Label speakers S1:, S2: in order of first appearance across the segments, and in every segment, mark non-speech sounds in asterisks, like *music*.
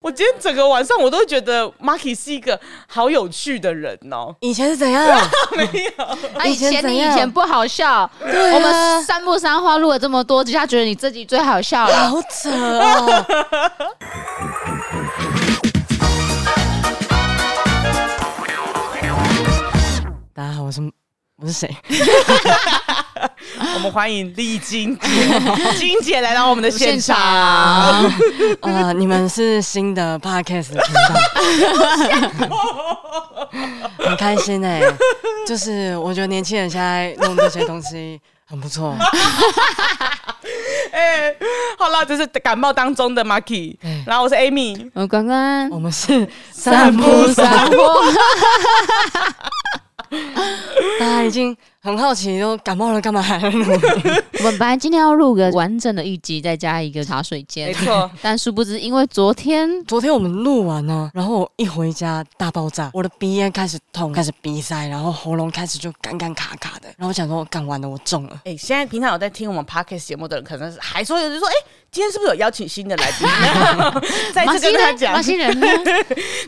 S1: 我今天整个晚上我都觉得 Marky 是一个好有趣的人哦。
S2: 以前是怎 *laughs* 样？
S3: 啊，
S2: 以
S3: 以
S2: 前
S3: 前
S2: 怎
S3: 你
S2: 样
S3: 以前不好笑，
S2: 对啊
S3: 我们三不三话录了这么多集，他觉得你自己最好笑了。
S2: 好扯哦！ *laughs* 大家好，我是我是谁？
S1: 我们欢迎丽晶姐， *laughs* 晶姐来到我们的现场。
S2: *laughs* 啊，你们是新的 podcast 的频道， *laughs* 很开心哎、就是我觉得年轻人现在弄这些东西很不 *laughs* 错，
S1: 哎、好了，这是感冒当中的 Marky，然后我是 Amy，
S3: 我关关，
S2: 我们是
S1: 散步
S2: 散
S3: 散步，
S2: 大家已经很好奇，都感冒了干嘛还要录？
S3: 我们本来今天要录个完整的一集，再加一个茶水间
S1: 没，错，
S3: 但殊不知因为昨天
S2: 昨天我们录完呢、然后我一回家大爆炸，我的鼻炎开始痛，开始鼻塞，然后喉咙开始就干干卡卡的，然后我想说，我干完了，我中了。
S1: *laughs* 哎、现在平常有在听我们 Podcast 节目的人，可能是还说有人说，哎、今天是不是有邀请新的来宾？ *laughs* 再
S3: 马
S1: 次
S3: 西
S1: 跟大家
S3: 人，马
S1: 讲，
S3: 西人呢，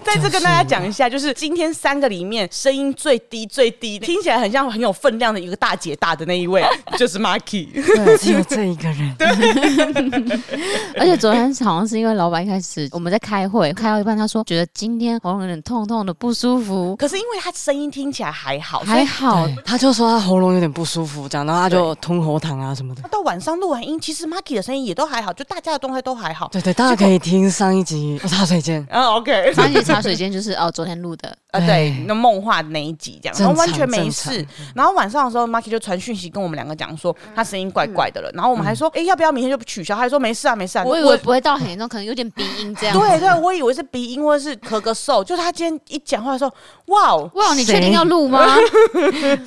S1: 再次跟大家讲一下，就是今天三个里面声音最低最低，听起来很像很有分量的一个大姐大的那一位， *laughs* 就是 Marky。
S2: *laughs* 对，只有这一个人。
S3: 而且昨天好像是因为老板一开始我们在开会，开到一半他说觉得今天喉咙有点痛痛的不舒服，
S1: 可是因为他声音听起来还好，所
S3: 还
S1: 以
S3: 好
S2: 对他就说他喉咙有点不舒服，这样，然后他就吞喉糖啊什么的
S1: 他。到晚上录完音，其实 Marky 的声音也都还好，就大家的动态都还好。
S2: 对对，大家可以听上一集《茶水间》，
S1: 嗯，OK，
S3: 马西茶水间就是哦昨天录的，
S1: *laughs* 呃，对，那梦话那一集这样，然后
S2: 正常
S1: 完全没事
S2: 正。
S1: 然后晚上的时候，Marky 就传讯息跟我们两个讲说，他声音怪怪的了。然后我们还说，哎，要不要明天就取消？他还说没事啊，没事啊。
S3: 我以为不会到很严重，可能有点鼻音这样。
S1: 对对，我以为是鼻音或者是咳咳嗽，就是他今天一讲话的时候，哇哦，
S3: 哇，你
S2: 谁
S3: 确定要录吗？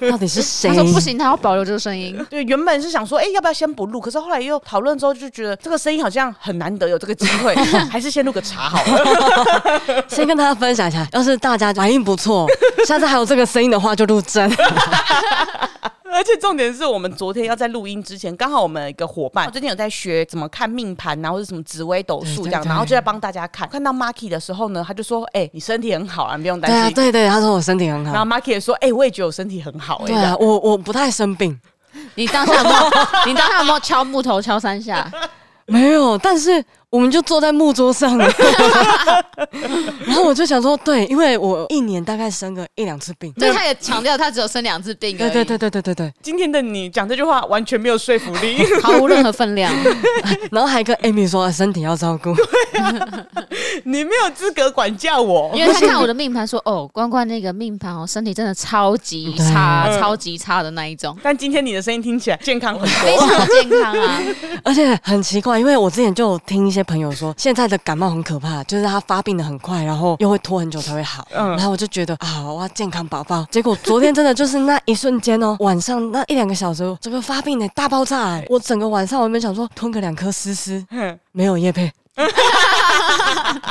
S2: 到底是谁？
S3: 他说不行，他要保留这个
S1: *laughs*
S3: 声音。
S1: 对，原本是想说，哎、要不要先不录？可是后来又讨论之后，就觉得这个声音好像很难得有这个机会，还是先录个茶好了。
S2: 先跟大家分享一下，要是大家反应不错，下次还有这个声音的话，就录真。
S1: *laughs* 而且重点是我们昨天要在录音之前，刚好我们有一个伙哦伴最近有在学怎么看命盘啊，或者什么紫微斗数这样，
S2: 对对对
S1: 然后就在帮大家看。看到 Marky 的时候呢，他就说：“哎、你身体很好啊，你不用担
S2: 对啊，
S1: 心。
S2: 对对，他说我身体很
S1: 然后
S2: 好。
S1: Marky 也说：“哎、我也觉得我身体很好、哎，
S2: 对啊，我我不太生病，
S3: 你当下有没有？你当下有没有敲木头敲三下？
S2: 没有，但是我们就坐在木桌上 *laughs* 了。然后我就想说，对，因为我一年大概生个一两次病。
S3: 所以他也强调他只有生两次病，
S2: 对对对，对对对对，
S1: 今天的你讲这句话完全没有说服力。
S3: 毫无任何分量。
S2: 然后还跟 Amy 说身体要照顾，
S1: *laughs* 你没有资格管教 *laughs* 我。
S3: 因为他看我的命盘说，哦，关关那个命盘哦，身体真的超级差，超级差的那一
S1: *laughs*
S3: 种”，
S1: 但今天你的声音听起来健康很
S3: 非
S1: 多。
S3: 常的健康啊。
S2: 而且很奇怪，因为我之前就有听一些朋友说，现在的感冒很可怕，就是它发病的很快，然后又会拖很久才会好。
S1: 嗯
S2: 然后我就觉得啊，我要健康宝宝。结果昨天真的就是那一瞬间哦，晚上那一两个小时，这个发病的大爆炸、欸，我整个晚上我原本想说吞个两颗丝丝，
S1: 哼
S2: 没有叶 *laughs* 配。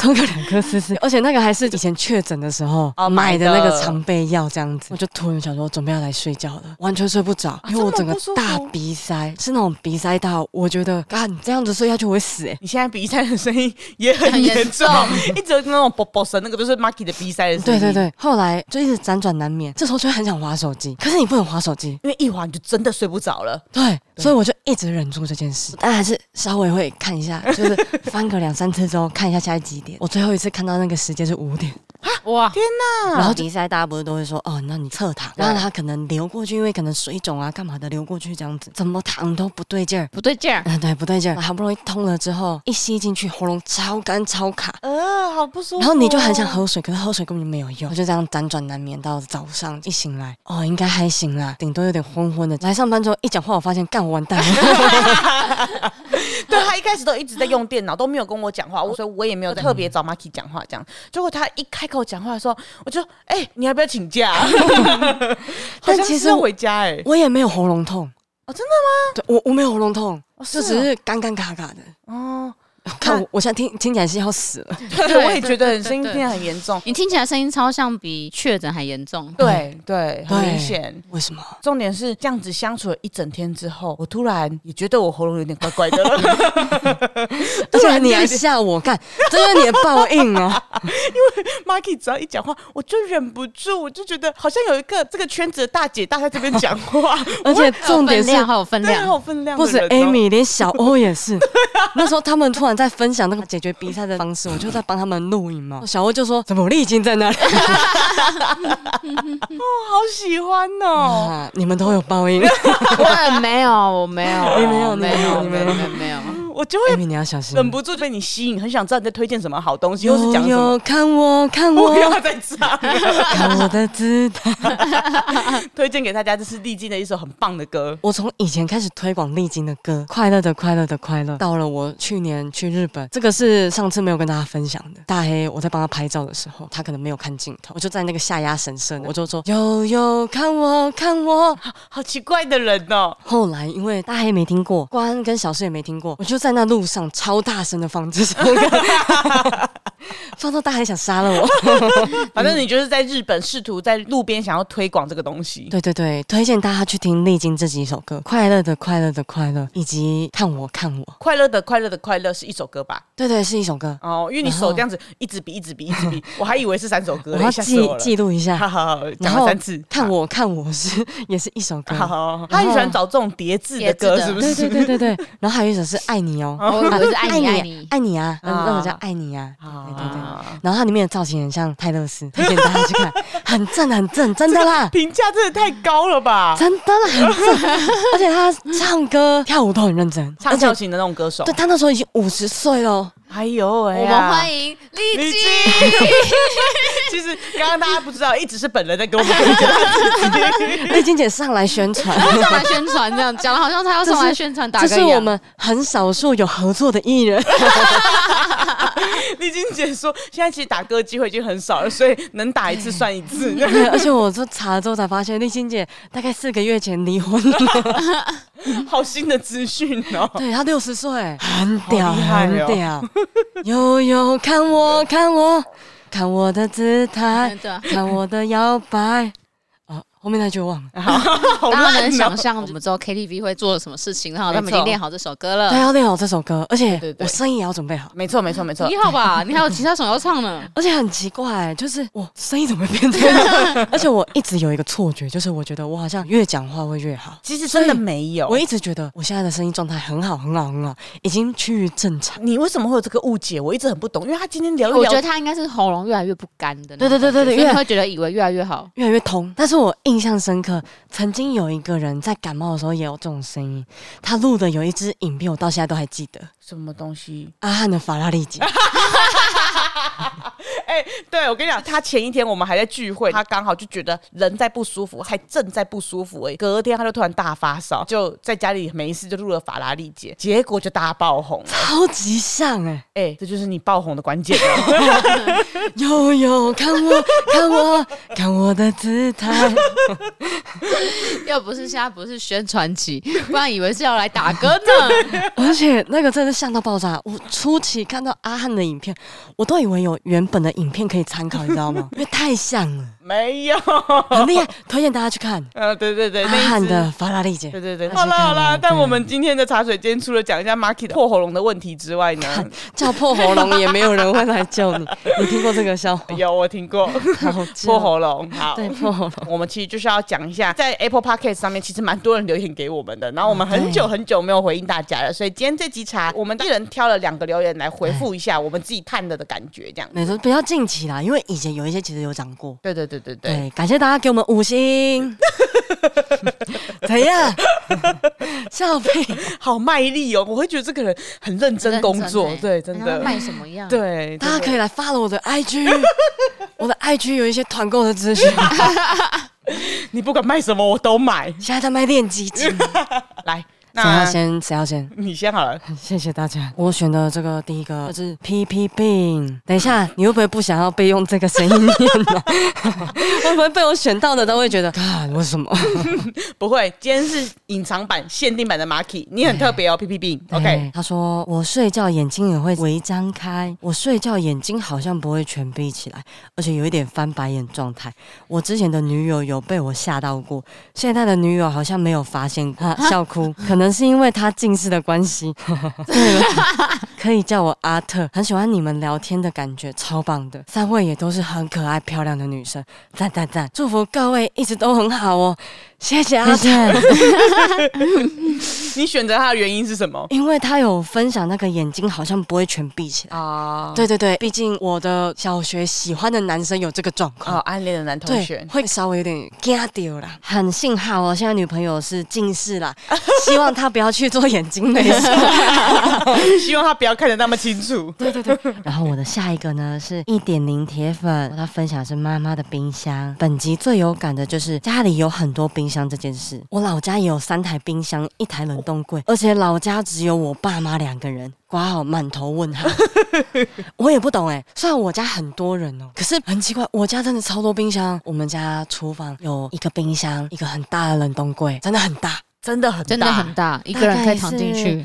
S2: 吞个两颗丝丝，而且那个还是以前确诊的时候
S1: 哦
S2: 买
S1: 买
S2: 的
S1: 的
S2: 那个常备药，这样子，我就突然想说准备要来睡觉了，完全睡啊不着，因为我整个
S1: 这么不舒服
S2: 大鼻塞，是那种鼻塞到我觉得，啊，你这样子睡下去我会死哎、
S1: *laughs* 你现在鼻塞的声音也很
S3: 很严
S1: 严重， *laughs* 一直有那种啵啵声，那个就是 Marky 的鼻塞的声
S2: 对
S1: 音。
S2: 对，对，后来就一直辗转难眠，这时候就会很想划手机，可是你不能划手机，
S1: 因为一滑你就真的睡不着了。
S2: 对，所以我就一直忍住这件事，但还是稍微会看一下，就是翻个两三次之后看一下现在几点。我最后一次看到那个时间是五点，
S3: 哇，
S2: 然后鼻塞大家不是都会说哦，那你侧躺，然后它可能流过去，因为可能水肿啊干嘛的流过去这样子，怎么躺都不对劲儿。
S3: 不对劲儿。
S2: 啊，对，不对劲儿，好不容易通了之后，一吸进去，喉咙超干超卡，
S1: 呃，好不舒服哦、
S2: 然后你就很想喝水，可是喝水根本就没有用，我就这样辗转难眠到早上，一醒来，哦，应该还行啦，顶多有点昏昏的。来上班之后一讲话，我发现干我完蛋了，
S1: *laughs* 对他一开始都一直在用电脑，都没有跟我讲话，我所以我也没有特别找 Marky 讲话这样。结果他一开口讲话的时候，我就哎、你要不要请 *laughs* 假？好
S2: 但
S1: 像
S2: 其
S1: 是
S2: 实
S1: 要
S2: 我
S1: 回家哎、
S2: 我也没有喉咙痛，
S1: 哦，真的
S2: 对我我没有喉咙痛，
S1: 吗？
S2: 就只是干干卡卡的。
S1: 哦，
S2: 看我，我现在听听起来是要死了。
S1: 对，我也觉得很声音
S3: 对
S1: 听起来很严重。
S3: 你听起来声音超像比确诊还严重。
S1: 对对，很明
S2: 对
S1: 显。
S2: 为什么？
S1: 重点是这样子相处了一整天之后，我突然也觉得我喉咙有点怪怪 *laughs* 的了， *laughs*
S2: 而
S1: 突
S2: 且
S1: 然
S2: 你
S1: 间
S2: 还吓我干，这是你的报应哦、
S1: Marky 只要一讲话，我就忍不住，我就觉得好像有一个这个圈子的大姐大在这边讲话，
S2: 而且重点是
S3: 还有分量还有分
S1: 真的好 *laughs* 分量
S3: 量，
S1: 的
S2: 不止
S1: 人哦。
S2: Amy，连小欧也是。 *laughs* 那时候他们突然在分享那个解决比赛的方式，我就在帮他们录影嘛。小欧就说：“怎么我历经在那里、
S1: 好喜欢哦。
S2: *laughs* 啊？你们都有报应。
S3: 我没有，我没有，
S2: 你没有
S3: 没有，
S2: 你
S3: 没
S2: 没有你没
S3: 有，没
S2: 有
S3: 有，没有。
S1: 我就会
S2: ”Amy，你要嗯哎小心。
S1: 忍不住被你吸引，很想知道你在推荐什么好东西，
S2: 有
S1: 或是讲什么
S2: *laughs* 有。看我看
S1: *laughs* 不要
S2: 我
S1: 再唱，
S2: 看我的姿态。
S1: 推荐给大家，这是丽晶的一首很棒的歌。
S2: 我从以前开始推广丽晶的歌，快乐的快乐的快乐，到了我去年去日本，这个是上次没有跟大家分享的。大黑我在帮他拍照的时候，他可能没有看镜头，我就在那个下压神社，我就说有有看我看我。
S1: 好奇怪的人哦，
S2: 后来因为大黑没听过，关跟小四也没听过，我就在那路上超大声的放这首歌，放到大黑想杀了我。嗯
S1: 反正你就是在日本试图在路边想要推广这个东西。
S2: 对对对，推荐大家去听丽晶这几首歌，快乐的快乐的快乐，以及看我看我。
S1: 快乐的快乐的快乐是一首歌吧？
S2: 对对，是一首歌。
S1: 哦，因为你
S2: 然
S1: 手
S2: 后
S1: 这样子一直比一直比一直比，我还以为是三首歌
S2: 我
S1: 嘞，
S2: 要
S1: 吓
S2: 记
S1: 死我了。
S2: 记录一下。
S1: 好好好，
S2: 然
S1: 讲了
S2: 后
S1: 三次，
S2: 看
S1: 好。
S2: 我看我是也是一首歌，
S1: 好好，好他很喜欢找这种叠字的歌，
S3: 叠字的
S1: 是不
S2: 对
S1: 是？
S2: 对对对对。然后还有一首是爱你哦，
S3: 我以为是爱你爱你，
S2: 爱你啊，
S1: 啊
S2: 那那首叫爱你啊，对对对。
S1: 啊，
S2: 然后它里面的造型很像泰勒斯，推荐大家去
S1: *laughs*
S2: 看，很正很正，真的啦，
S1: 评价真的太高了吧？
S2: 真的啦，很正。而且他唱歌跳舞都很认真，
S1: 唱
S2: 而且
S1: 跳型的那种歌手
S2: 对，他那时候已经五十
S1: *laughs*
S2: 岁了，
S1: 哎呦喂
S3: 我
S1: 呀！
S3: 们欢迎丽
S1: 丽
S3: 晶。
S1: 晶。 *laughs* 其实刚刚大家不知道，一直是本人在跟我们推荐
S3: *laughs*
S1: 他自己。
S2: 丽晶姐上来宣传。
S3: 上来宣传这样讲的好像他要上来宣传打
S2: 这
S3: 歌
S2: 是
S3: 一
S2: 我
S3: 样。
S2: 们很少数有合作的艺
S1: *laughs*
S2: 人，
S1: 丽晶姐说，现在其实打歌机会已经很少了，所以能打一次算一
S3: *laughs*
S1: 次。
S2: 对而且我就查了之后才发现，丽晶姐大概四个月前离婚了。
S1: 好新的资讯哦。
S2: 对他六十岁，很屌，
S1: 好厉害
S2: 很
S1: 哦
S2: 屌。 *laughs* 悠悠，看我，看我，看我的姿态
S1: *laughs*
S3: 嗯，对啊
S2: 看我的摇摆。啊，后面那句我忘了。
S1: 嗯好
S3: *laughs* 大家
S1: 烂
S3: 能想
S1: 哦！
S3: 象我们之后 KTV 会做什么事情，然后
S1: 没
S3: 他们已经
S1: 错
S3: 练好这首歌了
S2: 他。要练好这首歌，而且
S1: 对对
S2: 我声音也要准备好。。
S1: 没错，没错，没错
S3: 你。好吧，你还有其他首要唱呢
S2: 而且很奇怪，就是我声音怎么会变这
S1: *laughs*
S2: 样？而且我一直有一个错觉，就是我觉得我好像越讲话会越好。
S1: 其实真的没有
S2: 我。一直觉得我现在的声音状态很好，很好，很好，已经趋于正常。
S1: 你为什么会有这个误解？我一直很不懂，因为他今天聊一
S3: 我觉
S1: 聊
S3: 得，他应该是喉咙越来越不干的
S2: 对
S3: 那种
S2: 对
S3: 感觉，
S2: 对对对，
S3: 所以
S2: 越
S3: 你会觉得以为越来越好。
S2: 越来越通。但是我印象深刻，曾经有一个人在感冒的时候也有这种声音，他录的有一支影片，我到现在都还记得。
S1: 什么东西？
S2: 阿汉的法拉
S1: *laughs*
S2: 利姐，
S1: 对我跟你讲，他前一天我们还在聚会，
S3: 嗯
S1: 他刚好就觉得人在不舒服，还正在不舒服而已。隔天他就突然大发烧，就在家里没事就录了法拉利姐，结果就大爆红了。
S2: 超级像哎、
S1: 哎、这就是你爆红的关键啊了。
S2: 悠悠，看我，看我，看我的姿态。
S3: 要不是现在不是宣传期， *laughs* 不然以为是要来打歌呢。
S2: 而且那个真的像到爆炸。我初期看到阿汉的影片，我都以为有原本的影片可以参考，你知道
S1: *laughs*
S2: 吗？因为太像了，
S1: *laughs* 没 *laughs* 有，
S2: 很厉害，推荐大家去看
S1: 呃，对 *laughs* 对对，
S2: 阿
S1: 那一
S2: 汉
S1: 只
S2: 的法拉利姐
S1: 对。对对，
S2: 那
S1: 好
S2: 是
S1: 啦
S2: 干
S1: 好啦，
S2: 嘛
S1: 但
S2: 对
S1: 我们今天的茶水间除了讲一下 Marky 的破喉咙的问题之外呢，
S2: 叫破喉咙也没有人会来救你，你听过这个笑话？
S1: 有我听 *laughs* 过
S2: 好
S1: 破喉咙，好，
S2: 哦对，破喉咙。
S1: 我们其实就是要讲一下，在 Apple Podcast 上面，其实蛮多人留言给我们的，然后我们很久
S2: 嗯对
S1: 很久没有回应大家了，所以今天这集茶，我们一人挑了两个留言来回复一下我们自己看了的感觉，这样。
S2: 没错，不要近期啦，因为以前有一些其实有涨过。
S1: 对对对对对，
S2: 对，感谢大家给我们五星。怎样？笑屁！
S1: 好卖力哦！我会觉得这个人很认真工作，
S3: 很认真欸
S1: 对，真
S3: 好像
S1: 的，
S3: 卖什么样？
S1: 对，
S2: 啊大家可
S1: 以
S2: 以来发了我的 IG，我的 IG 有一些团购的资讯，
S1: 你不管卖什么我都买。
S2: 现在在卖练肌筋。
S1: 来，
S2: 谁要
S1: 那
S2: 先？谁要先？
S1: 你先好了，
S2: 谢谢大家。我选的这个第一个就是 P P 病。等一下，你会不会不想要被用这个声音念呢、 *laughs* 会不会被我选到的都会觉得，啊，为什么？
S1: 不会，今天是隐藏版、限定版的 Marky，你很特别哦，P P B。
S2: 对
S1: OK，
S2: 他说我睡觉眼睛也会微张开，我睡觉眼睛好像不会全闭起来，而且有一点翻白眼状态。我之前的女友有被我吓到过，现在的女友好像没有发现过，笑哭，可能是因为她近视的关系。对了，可以叫我阿特，很喜欢你们聊天的感觉，超棒的。三位也都是很可爱漂亮的女生，赞赞赞！祝福各位一直都很好哦，谢谢阿
S3: 而
S2: 特。 *laughs*
S3: 且
S1: 你选择它的原因是什么？
S2: 因为他有分享那个眼睛好像不会全闭起来。
S1: 啊，
S2: 对对对，哦毕竟我的小学喜欢的男生有这个状
S1: 哦，
S2: 况。
S1: 暗恋的男同
S2: 对
S1: 学，。
S2: 会稍微有点尬掉啦。很幸好我现在女朋友是近视啦，希望她不要去做眼睛雷射。
S1: 希望他不要看得那么清楚。
S2: 对对对。然后我的下一个呢是一点零铁粉，她分享的是妈妈的冰箱。本集最有感的就是家里有很多冰箱这件事。我老家也有三台冰箱，一台冷冻柜，而且老家只有我爸妈两个人。挂好满头问
S1: *laughs*
S2: 号，我也不懂哎、虽然我家很多人哦、可是很奇怪，我家真的超多冰箱。我们家厨房有一个冰箱，一个很大的冷冻柜，真的很大，
S1: 真的很
S3: 真的很大，一个人可以躺进去，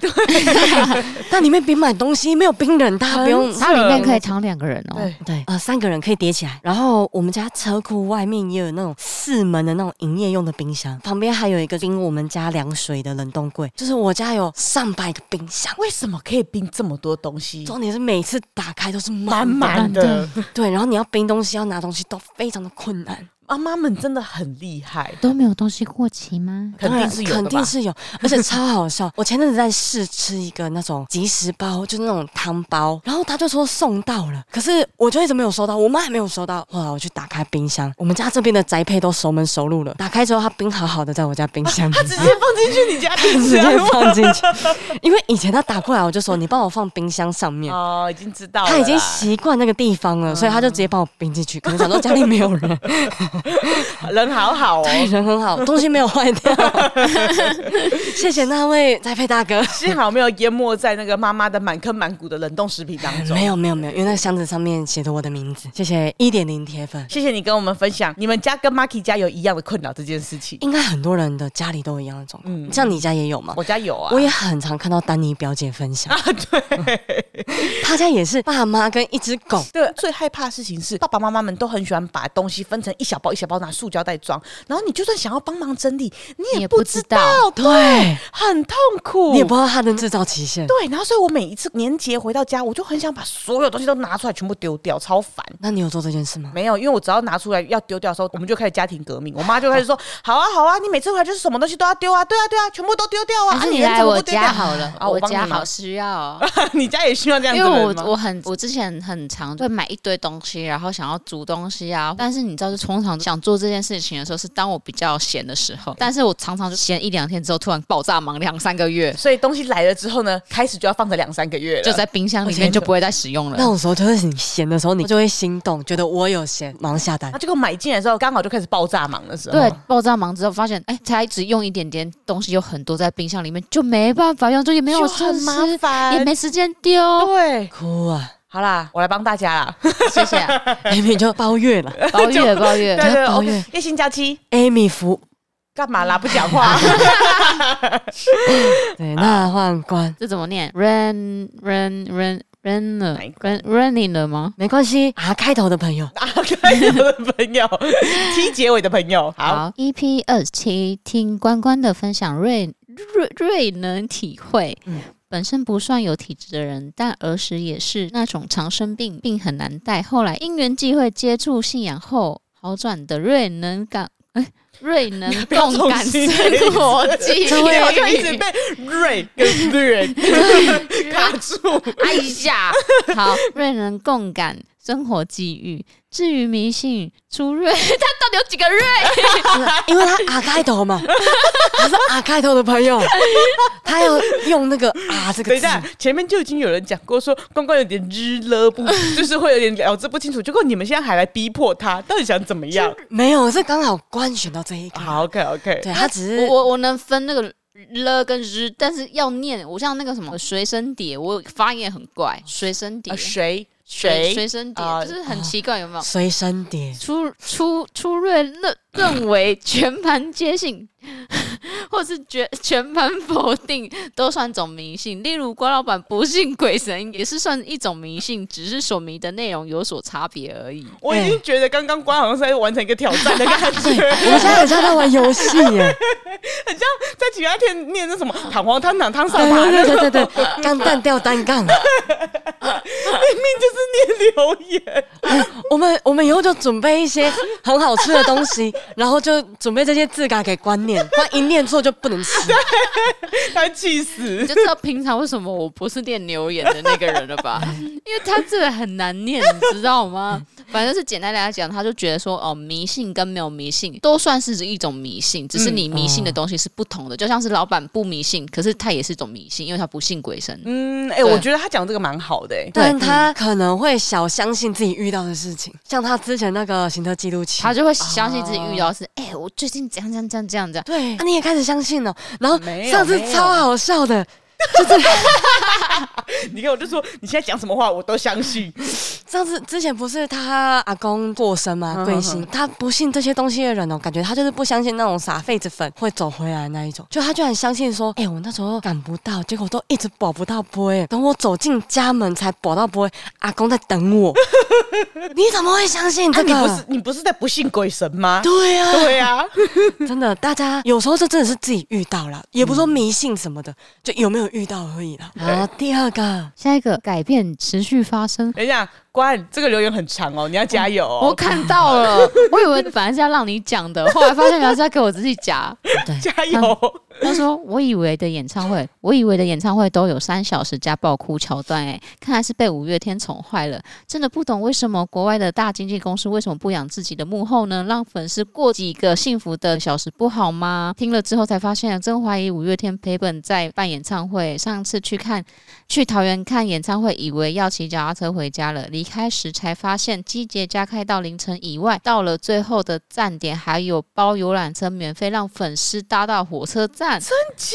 S2: 但里面别买东西，没有冰冷，大家不用
S1: 很
S3: 它里面可以躺两个人哦。
S1: 对，
S2: 对，呃，三个人可以叠起来。然后我们家车库外面也有那种四门的那种营业用的冰箱，旁边还有一个冰我们家凉水的冷冻柜。就是我家有上百个冰箱，
S1: 为什么可以冰这么多东西？
S2: 重点是每次打开都是
S1: 满
S2: 满满。
S1: 满的，
S2: 对，然后你要冰东西，要拿东西都非常的困难，
S1: 妈妈们真的很厉害，
S3: 都没有东西过期吗？
S1: 肯定是有的
S2: 肯
S1: 吧
S2: 定是有，而且超好笑。我前阵子在试吃一个那种即食包，就是那种汤包，然后他就说送到了，可是我就一直没有收到，我妈也没有收到。后来我去打开冰箱，我们家这边的宅配都熟门熟路了，打开之后它冰好好的，在我家冰箱里
S1: 啊他直接放进去你家啊冰
S2: *laughs* 直接
S1: 箱
S2: 放进去，因为以前他打过来，我就说你帮我放冰箱上面。
S1: 哦，已经知道了啦，
S2: 他已经习惯那个地方了，所以他就直接帮我冰进去。可能想说家里没有
S1: 哦
S2: 人，
S1: 人好好哦，
S2: 对，人很好，东西没有坏掉。 *laughs* 谢谢那位栽培大哥。
S1: *laughs* 幸好没有淹没在那个妈妈的满坑满谷的冷冻食品当
S2: *laughs*
S1: 中。
S2: 没有没有没有，因为那个箱子上面写着我的名字。谢谢一点零铁粉，
S1: 谢谢你跟我们分享你们家跟 Marky 家有一样的困扰这件事
S2: *laughs*
S1: 情。
S2: 应该很多人的家里都有一样的状况，
S1: 嗯
S2: 像你家也有吗？
S1: 我家有啊，
S2: 我也很常看到丹妮表姐分
S1: *laughs*
S2: 享，
S1: 啊，对
S2: *laughs* 她家也是爸妈跟一只狗，
S1: 对，最害怕的事情是爸爸妈妈们都很喜欢把东西分成一小包一小包拿塑胶袋装，然后你就算想要帮忙整理，你也
S3: 也
S1: 不
S3: 不
S1: 知
S3: 知
S1: 道
S3: 道，
S2: 对
S1: 很痛苦，
S2: 你也不知道它的制造期限。
S1: 对，然后所以我每一次年节回到家，我就很想把所有东西都拿出来，全部丢掉，超烦。
S2: 那你有做这件事吗？
S1: 没有，因为我只要拿出来要丢掉的时候，我们就开始家庭革命。我妈就开始
S3: *laughs*
S1: 说：“好啊，好啊，你每次回来就是什么东西都要丢啊，对啊，对啊，全部都丢掉啊。”
S3: 还是
S1: 啊
S3: 你
S1: 人
S3: 来
S1: 怎么
S3: 我
S1: 不丢掉
S3: 家好了
S1: 啊，，
S3: 我
S1: 帮
S3: 家
S1: 你忙
S3: 好需要。
S1: *laughs*
S3: 哦
S1: 你家也需要这样子
S3: 因
S1: 的
S3: 为
S1: 人
S3: 我
S1: 吗
S3: 我很我之前很常会买一堆东西，然后想要煮东西啊，但是你知道，就通常想做这件事情的时候，是当我比较闲的时候，但是我常常就闲一两天之后，突然爆炸忙两三个月，
S1: 所以东西来了之后呢，开始就要放着两三个月了。
S3: 就在冰箱里面就不会再使用
S2: 那
S3: 了。
S2: 种时候就是你闲的时候，你就会心动，觉得我有闲，马上下单
S1: 啊那。结果买进来之后，刚好就开始爆炸忙的时候，
S3: 对，爆炸忙之后发现，哎，才只用一点点东西，有很多在冰箱里面，就没办法用，就也没有
S1: 就很
S3: 剩
S1: 麻
S3: 吃
S1: 烦，
S3: 也没时间
S1: *laughs*
S3: 丢。
S1: 对。
S2: 哭啊！
S1: 好啦，我来帮大家啦。
S3: 谢谢啊，
S2: Amy 就包月了
S1: *laughs*
S3: 抱怨抱
S1: 对
S3: 怨，
S1: 对
S2: 抱
S1: ，OK
S2: 怨。
S1: 叶欣假期
S2: ，Amy 服。
S1: 干嘛啦？不讲话。
S3: *laughs*
S1: *laughs*
S2: 对，那宦官
S3: 这怎么念？run run run run 了
S1: 哪一个
S3: ，run running 了吗？
S2: 没关系，R 开头的朋友，
S1: 打开我的朋友 *laughs* ，T 结尾的朋友，好，
S3: 好，EP 二七听关关的分享，瑞瑞瑞能体会。
S2: 嗯
S3: 本身不算有体质的人，但儿时也是那种常生病，病很难带。后来因缘际会接触信仰后好转的瑞能感，哎，瑞能
S1: 不要
S3: 动感
S1: 重新
S3: 生
S1: 念一次
S3: 活
S1: *laughs*
S3: 记忆，
S1: 这位好像一
S3: *laughs*
S1: 直被瑞跟瑞卡住。
S3: 哎呀，好，瑞能共感生活际遇。至于迷信，出瑞， *laughs* 他到底有几个瑞？
S2: 因为他 R 开头嘛，他是 R 开头的朋 *laughs* 友，他要用那个 R
S1: 等
S2: 这个
S1: 一
S2: 字。
S1: 下，前面就已经有人讲过说，关关有点日了不，就是会有点了之不清楚。结果你们现在还来逼迫他，到底想怎么样？
S2: 没有，是刚好官选到这一个。
S1: 好，OK，OK，
S2: 对他只是
S3: 我我能分那个了跟日，但是要念。我像那个什么随身碟，我发音也很怪，随身碟
S1: 啊，，谁
S3: 随
S1: 谁
S3: 随身碟
S1: 啊
S3: 就是很奇怪，有没 *laughs* 有？
S2: 随身碟，
S3: 初初初瑞认认为全盘接信， *laughs* 或是全全盘否定，都算种迷信。例如关老板不信鬼神，也是算一种迷信，只是所迷的内容有所差别而已。
S1: 我已经觉得刚刚关好像是在完成一个挑战的感觉，
S2: *laughs* 我们现在有像在玩游戏耶， *laughs*
S1: 在其他天念那什么躺黄汤躺汤上
S2: 对
S1: 爬，
S2: 对
S1: 明明
S2: 对对对对，钢蛋掉单杠。
S1: 就是念留言。 *laughs*
S2: 我们我们以后就准备一些很好吃的东 *laughs* 西，然后就准备这些字嘎给观念，不然一念错就不能吃。
S1: 他气
S3: 你
S1: 死！
S3: 就知道平常为什么我不是念留言的那个人了吧？ *laughs* 因为他真的很难念，你知道吗？反正是简单来讲，他就觉得说，哦，迷信跟没有迷信都算是一种迷信，只是你迷信的东西是不同的。就像是老板不迷信，可是他也是一种迷信，因为他不信鬼神。
S1: 嗯，哎、
S3: 对
S1: 我觉得他讲这个蛮好的、哎，
S2: 但他可能会小相信自己遇到的事情，像他之前那个行车记录器，
S3: 他就会相信自己遇到的是，哎、我最近怎样怎样怎样怎样怎样。
S2: 对、啊，你也开始相信了。然后
S1: 没有
S2: 上次
S1: 没有
S2: 超好笑的，
S1: 你看我就说你现在讲什么话我都相信，
S2: 上次之前不是他阿公过身吗？
S1: 嗯
S2: 贵姓？他不信这些东西的人哦，感觉他就是不相信那种傻痱子粉会走回来那一种。就他居然相信说，哎、我那时候赶不到，结果都一直保不到波，哎等我走进家门才保到波，阿公在等
S1: *laughs*
S2: 我。你怎么会相信
S1: 那、啊你
S2: 这个？
S1: 不是你不是在不信鬼神吗？
S2: 对
S3: *laughs*
S2: 呀、啊，
S1: 对呀、啊，
S2: 真的，大家有时候这真的是自己遇到了，也
S1: 嗯
S2: 不是说迷信什么的，就有没有遇到而已了。然后第二个，
S3: 下一个改变持续发生，
S1: 等一下，关这个留言很长哦，你要加油
S3: 我
S1: 哦，
S3: 看到了，我以为本来是要让你讲的，后来发现原来是要给我自己讲。
S2: 对，
S1: 加油！
S3: *laughs* 他说：“我以为的演唱会，我以为的演唱会都有三小时加爆哭桥段、欸，看来是被五月天宠坏了。真的不懂为什么国外的大经纪公司为什么不养自己的幕后呢？让粉丝过几个幸福的小时不好吗？听了之后才发现，真怀疑五月天赔本在办演唱会。上次去看去桃园看演唱会，以为要骑脚踏车回家了，离开时才发现机捷加开到凌晨以外，到了最后的站点还有包游览车免费让粉丝搭到火车站，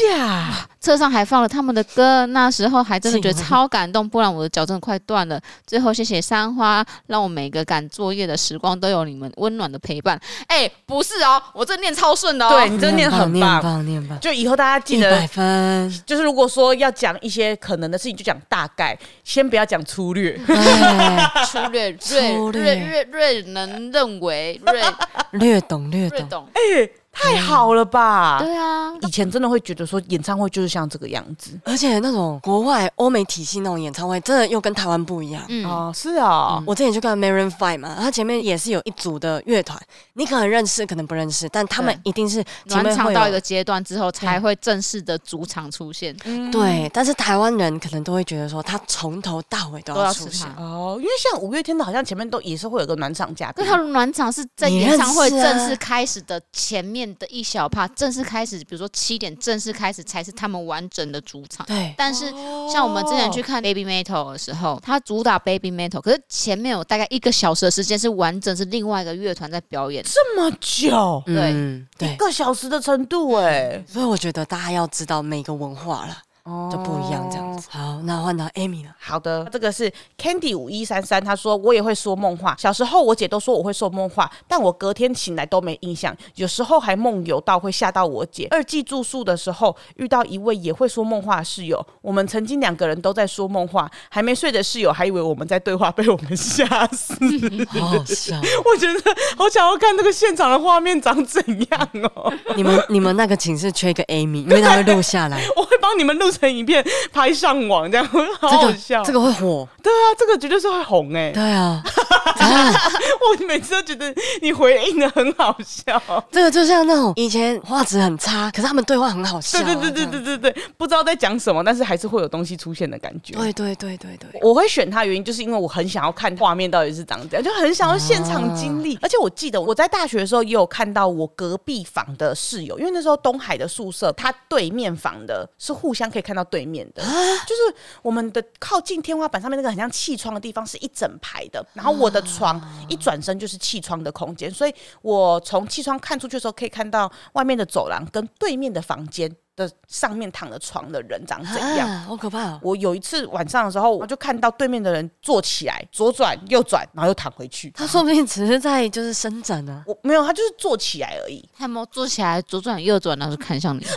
S1: 假
S3: 车上还放了他们的歌，那时候还真的觉得超感动，不然我的脚真的快断了。最后谢谢三花，让我每个赶作业的时光都有你们温暖的陪伴。哎、不是哦，我这念超顺的哦。
S1: 对你这念很
S2: 念
S1: 棒，
S2: 棒，念棒，
S1: 就以后大家记
S2: 一
S1: 得
S2: 百分。
S1: 就是如果说要讲一些可能的事情，就讲大概，先不要讲粗略。
S3: 嗯
S2: 哎，
S3: 粗略略
S2: 粗略
S3: 略略略能认 *laughs* 为略
S2: 略懂略
S3: 略
S2: 懂。
S3: 懂，
S1: 哎、太好了吧？
S3: 对啊。
S1: 以前真的会觉得说演唱会就是像这个样子
S2: 而且那种国外欧美体系那种演唱会，真的又跟台湾不一样。
S3: 嗯，
S1: 哦，是啊、
S2: 我之前去看 Maroon Five 嘛，他前面也是有一组的乐团，你可能认识，可能不认识，但他们
S3: 对
S2: 一定是前
S3: 暖
S2: 面
S3: 场
S2: 会
S3: 到
S2: 有
S3: 一个阶段之后，才会正式的主场出现。
S2: 嗯
S3: 嗯
S2: 对，但是台湾人可能都会觉得说，他从头到尾都
S3: 都要
S2: 出
S3: 吃
S2: 现
S3: 它。
S1: 哦，因为像五月天的，好像前面都也是会有个暖场嘉
S3: 那
S1: 宾。
S3: 他的暖场是在
S2: 你
S3: 演唱会
S2: 认识啊
S3: 正式开始的前面的一小趴，正式开始，比如说七点正式开始才是他们完整的主场。
S2: 对，哦
S3: 但是像我们之前去看 Baby Metal 的时候，它主打 Baby Metal，可是前面有大概一个小时的时间是完整是另外一个乐团在表演。
S1: 这么久，
S3: 对
S2: 嗯、
S1: 一
S2: 对，
S1: 个小时的程度哎、
S3: 嗯
S2: 所以我觉得大家要知道每个文化了，
S1: 哦
S2: 就不一样这样子。好，那换到 Amy
S3: *laughs*
S2: 了。
S1: 好的，这个是 Candy 五一三三，他说我也会说梦话。小时候我姐都说我会说梦话，但我隔天醒来都没印象，有时候还梦游到会吓到我姐。二季住宿的时候遇到一位也会说梦话的室友，我们曾经两个人都在说梦话，还没睡的室友还以为我们在对话，被我们吓死。 *laughs*
S2: 好好笑！哦
S1: 我觉得好想要看那个现场的画面长怎样哦， *laughs*
S2: *laughs* 你们你们那个寝室缺一个 Amy，因为她会录下来，
S1: 我会帮你们录成影片拍上网，这样 *laughs* 好
S2: 这
S1: 好
S2: 个
S1: 笑。
S2: 这个会火，
S1: 对啊，这个绝对是会红哎、
S2: 对
S1: *laughs*
S2: 啊，啊
S1: 我每次都觉得你回应的很好笑，
S2: 这个就像那种以前画质很差，可是他们对话很好笑
S1: 对
S2: 啊、
S1: 对对对
S2: 这样
S1: 对对对，不知道在讲什么，但是还是会有东西出现的感觉。
S2: 对对对对对，
S1: 我会选它原因就是因为我很想要看画面到底是长怎样，就很想要现场经历。而且我记得我在大学的时候也有看到我隔壁房的室友，因为那时候东海的宿舍，它对面房的是互相可以看到对面的，就是我们的靠近天花板上面那个很像气窗的地方是一整排的，然后我的床一转身就是气窗的空间，所以我从气窗看出去的时候可以看到外面的走廊跟对面的房间。的上面躺着床的人长怎样。
S2: 啊好可怕哦！
S1: 我有一次晚上的时候，我就看到对面的人坐起来，左转右转，然后又躺回去。
S2: 他说不定只是在就是伸展啊
S1: *laughs*
S2: 呢、
S1: 我没有，他就是坐起来而已。
S3: 他有没有坐起来左转右转，然后就看
S2: *laughs*
S3: 向你？
S2: 啊，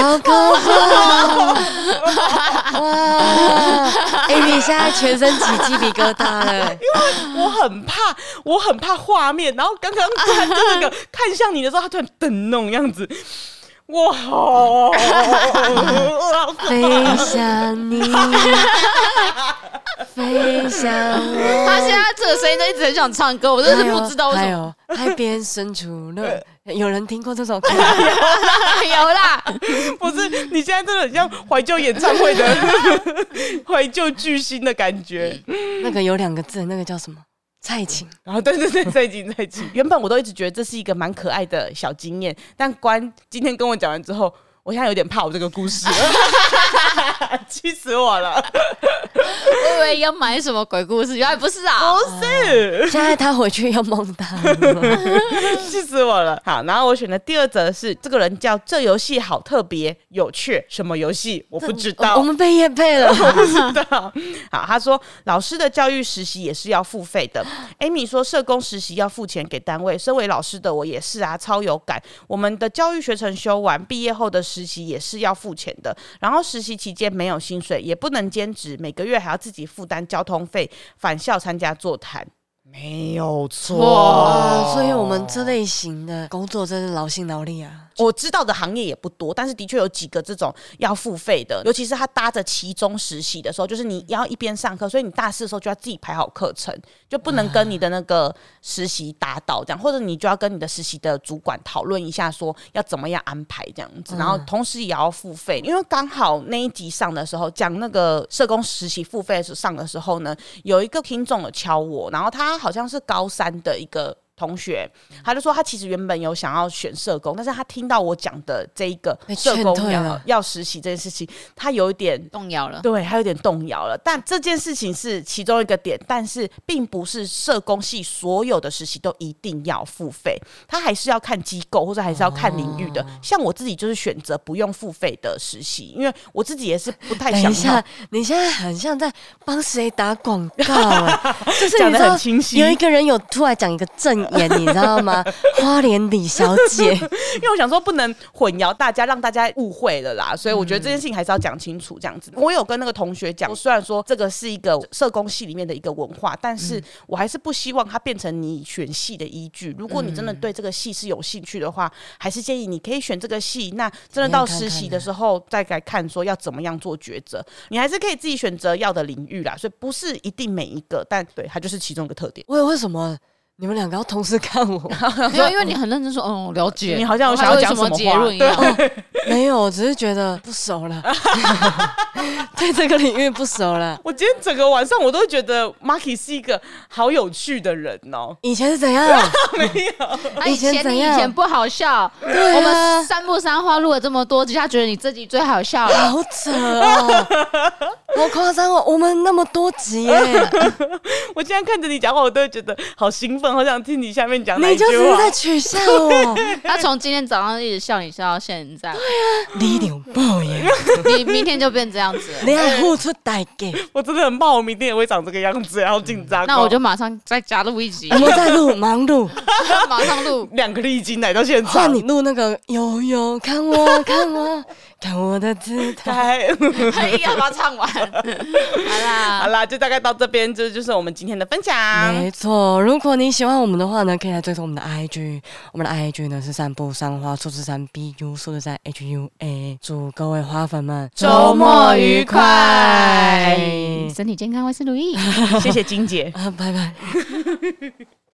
S2: 好可
S1: *laughs*
S2: 怕！哇，哎、你现在全身起鸡皮疙瘩
S1: *laughs*
S2: 了。
S1: 我很怕，我很怕画面。然后刚刚突然就那个看向你的时候，他突然噔那种样子，哇，好
S2: 飞向你，飞向我。
S3: 他现在这个声音就一直很想唱歌，我真的是不知道为
S2: 还
S3: *laughs* 什么。
S2: 有海边深处的，有人听过这首歌？
S3: 哎有啦，
S1: 不是，你现在真的很像怀旧演唱会的 *laughs* 怀旧巨星的感觉。
S2: 那个有两个字，那个叫什么？蔡琴。
S1: 然后对对对，再见再见。原本我都一直觉得这是一个蛮可爱的小经验，但关今天跟我讲完之后，我现在有点怕我这个故事了， *laughs* 气死我了！
S3: 我以为要买什么鬼故事，原来不是啊。
S2: 哦
S1: 不哦是，
S2: 现在他回去要梦到了
S1: 气死我了。好，然后我选的第二则是这个人叫这游戏好特别有趣，什么游戏我不知道
S2: 我。们被夜配了。
S1: 的。好，他说老师的教育实习也是要付费的。Amy 说社工实习要付钱给单位，身为老师的我也是啊，超有感。我们的教育学程修完，毕业后的实习也是要付钱的。然后实习期间没有薪水，也不能兼职，每个月还要自己负担交通费，返校参加座谈。没有
S2: 哇，
S1: 错
S2: 所以我们这类型的工作真是劳心劳力啊。
S1: 我知道的行业也不多，但是的确有几个这种要付费的，尤其是他搭着期中实习的时候，就是你要一边上课，所以你大四的时候就要自己排好课程，就不能跟你的那个实习搭到这样，或者你就要跟你的实习的主管讨论一下，说要怎么样安排这样
S2: 嗯
S1: 子，然后同时也要付费，因为刚好那一集上的时候讲那个社工实习付费的时候上的时候呢，有一个听众有敲我，然后他好像是高三的一个同学，
S2: 嗯
S1: 他就说他其实原本有想要选社工，但是他听到我讲的这一个
S2: 被
S1: 社
S2: 劝
S1: 工
S2: 退
S1: 要
S2: 了
S1: 要实习这件事情，他有一点
S3: 动摇了，
S1: 对，他有点动摇了。但这件事情是其中一个点，但是并不是社工系所有的实习都一定要付费，他还是要看机构或者还是要看领域
S2: 哦
S1: 的。像我自己就是选择不用付费的实习，因为我自己也是不太
S2: 等
S1: 想
S2: 一
S1: 要
S2: 下。，你现在很像在帮谁打广告啊？就是
S1: 讲
S2: 你
S1: 得
S2: 知
S1: 很
S2: 道
S1: 清晰
S2: 有一个人有突然讲一个正言，你知道吗？花莲李小姐，
S1: 因为我想说不能混淆大家，让大家误会了啦，所以我觉得这件事情还是要讲清楚。这样子，我有跟那个同学讲，虽然说这个是一个社工系里面的一个文化，但是我还是不希望它变成你选系的依据。如果你真的对这个系是有兴趣的话，还是建议你可以选这个系。那真的到实习的时候再来看说要怎么样做抉择，你还是可以自己选择要的领域啦。所以不是一定每一个，但对它就是其中一个特点。
S2: 为为什么你们两个要同时看我？
S3: *laughs* 没有，因为你很认真说， *laughs* 嗯，我了解。
S1: 你好像有
S3: 我
S1: 想要
S3: 还以为
S1: 讲
S3: 什
S1: 什么
S3: 结
S1: 话
S3: 论一样。 *laughs*
S2: *laughs* 没有，我只是觉得不熟了， *laughs* 对这个领域不熟了。
S1: 我今天整个晚上我都觉得 Marky 是一个好有趣的人哦、
S2: 以前是怎样？
S3: 他以
S2: 以前
S3: 哎前
S2: 怎
S3: 你以
S2: 样
S3: 前不好笑，
S2: 对
S3: 我
S2: 啊
S3: 们，三不三花录了这么多集，他觉得你自己最好笑 *laughs* 了。
S2: 好扯
S3: 啊
S2: 哦， *laughs* 好夸张哦！我们那么多集耶，
S1: 我现在看着你讲话，我都会觉得好兴奋，好想听你下面讲哪一
S2: *laughs* 你
S1: 句
S2: 就只是在
S1: 话。
S2: 取笑我，
S3: 他从今天早上一直笑你笑到现在，
S2: 你有爆耶！
S3: *laughs* 你明天就变这样子了。
S2: 你还付出代价，
S1: 我真的很怕我明天也会长这个样子，好紧张哦。
S3: *laughs* 嗯那我就马上再加入一 *laughs* 集
S2: 我，们在录忙录，
S3: 马上录。 *laughs*
S1: 两个历经来到现
S2: 换
S1: 场，
S2: 你录那个悠悠，看我看我看我的姿态。
S1: 开。
S3: 一定要哎把它唱完。
S1: *laughs*
S3: 好
S1: 好
S3: *laughs* 啦，
S1: 啦，就大概到这边，这就是我们今天的分享。
S2: *laughs* 没错，如果你喜欢我们的话呢，可以来追踪我们的 IG，我们的 IG 呢是散步三花数字三 B U 数字三 H U A，祝各位花粉们
S1: 周末愉快
S3: 身体健康，我是如意。
S1: 谢谢金姐。
S2: 啊，拜拜。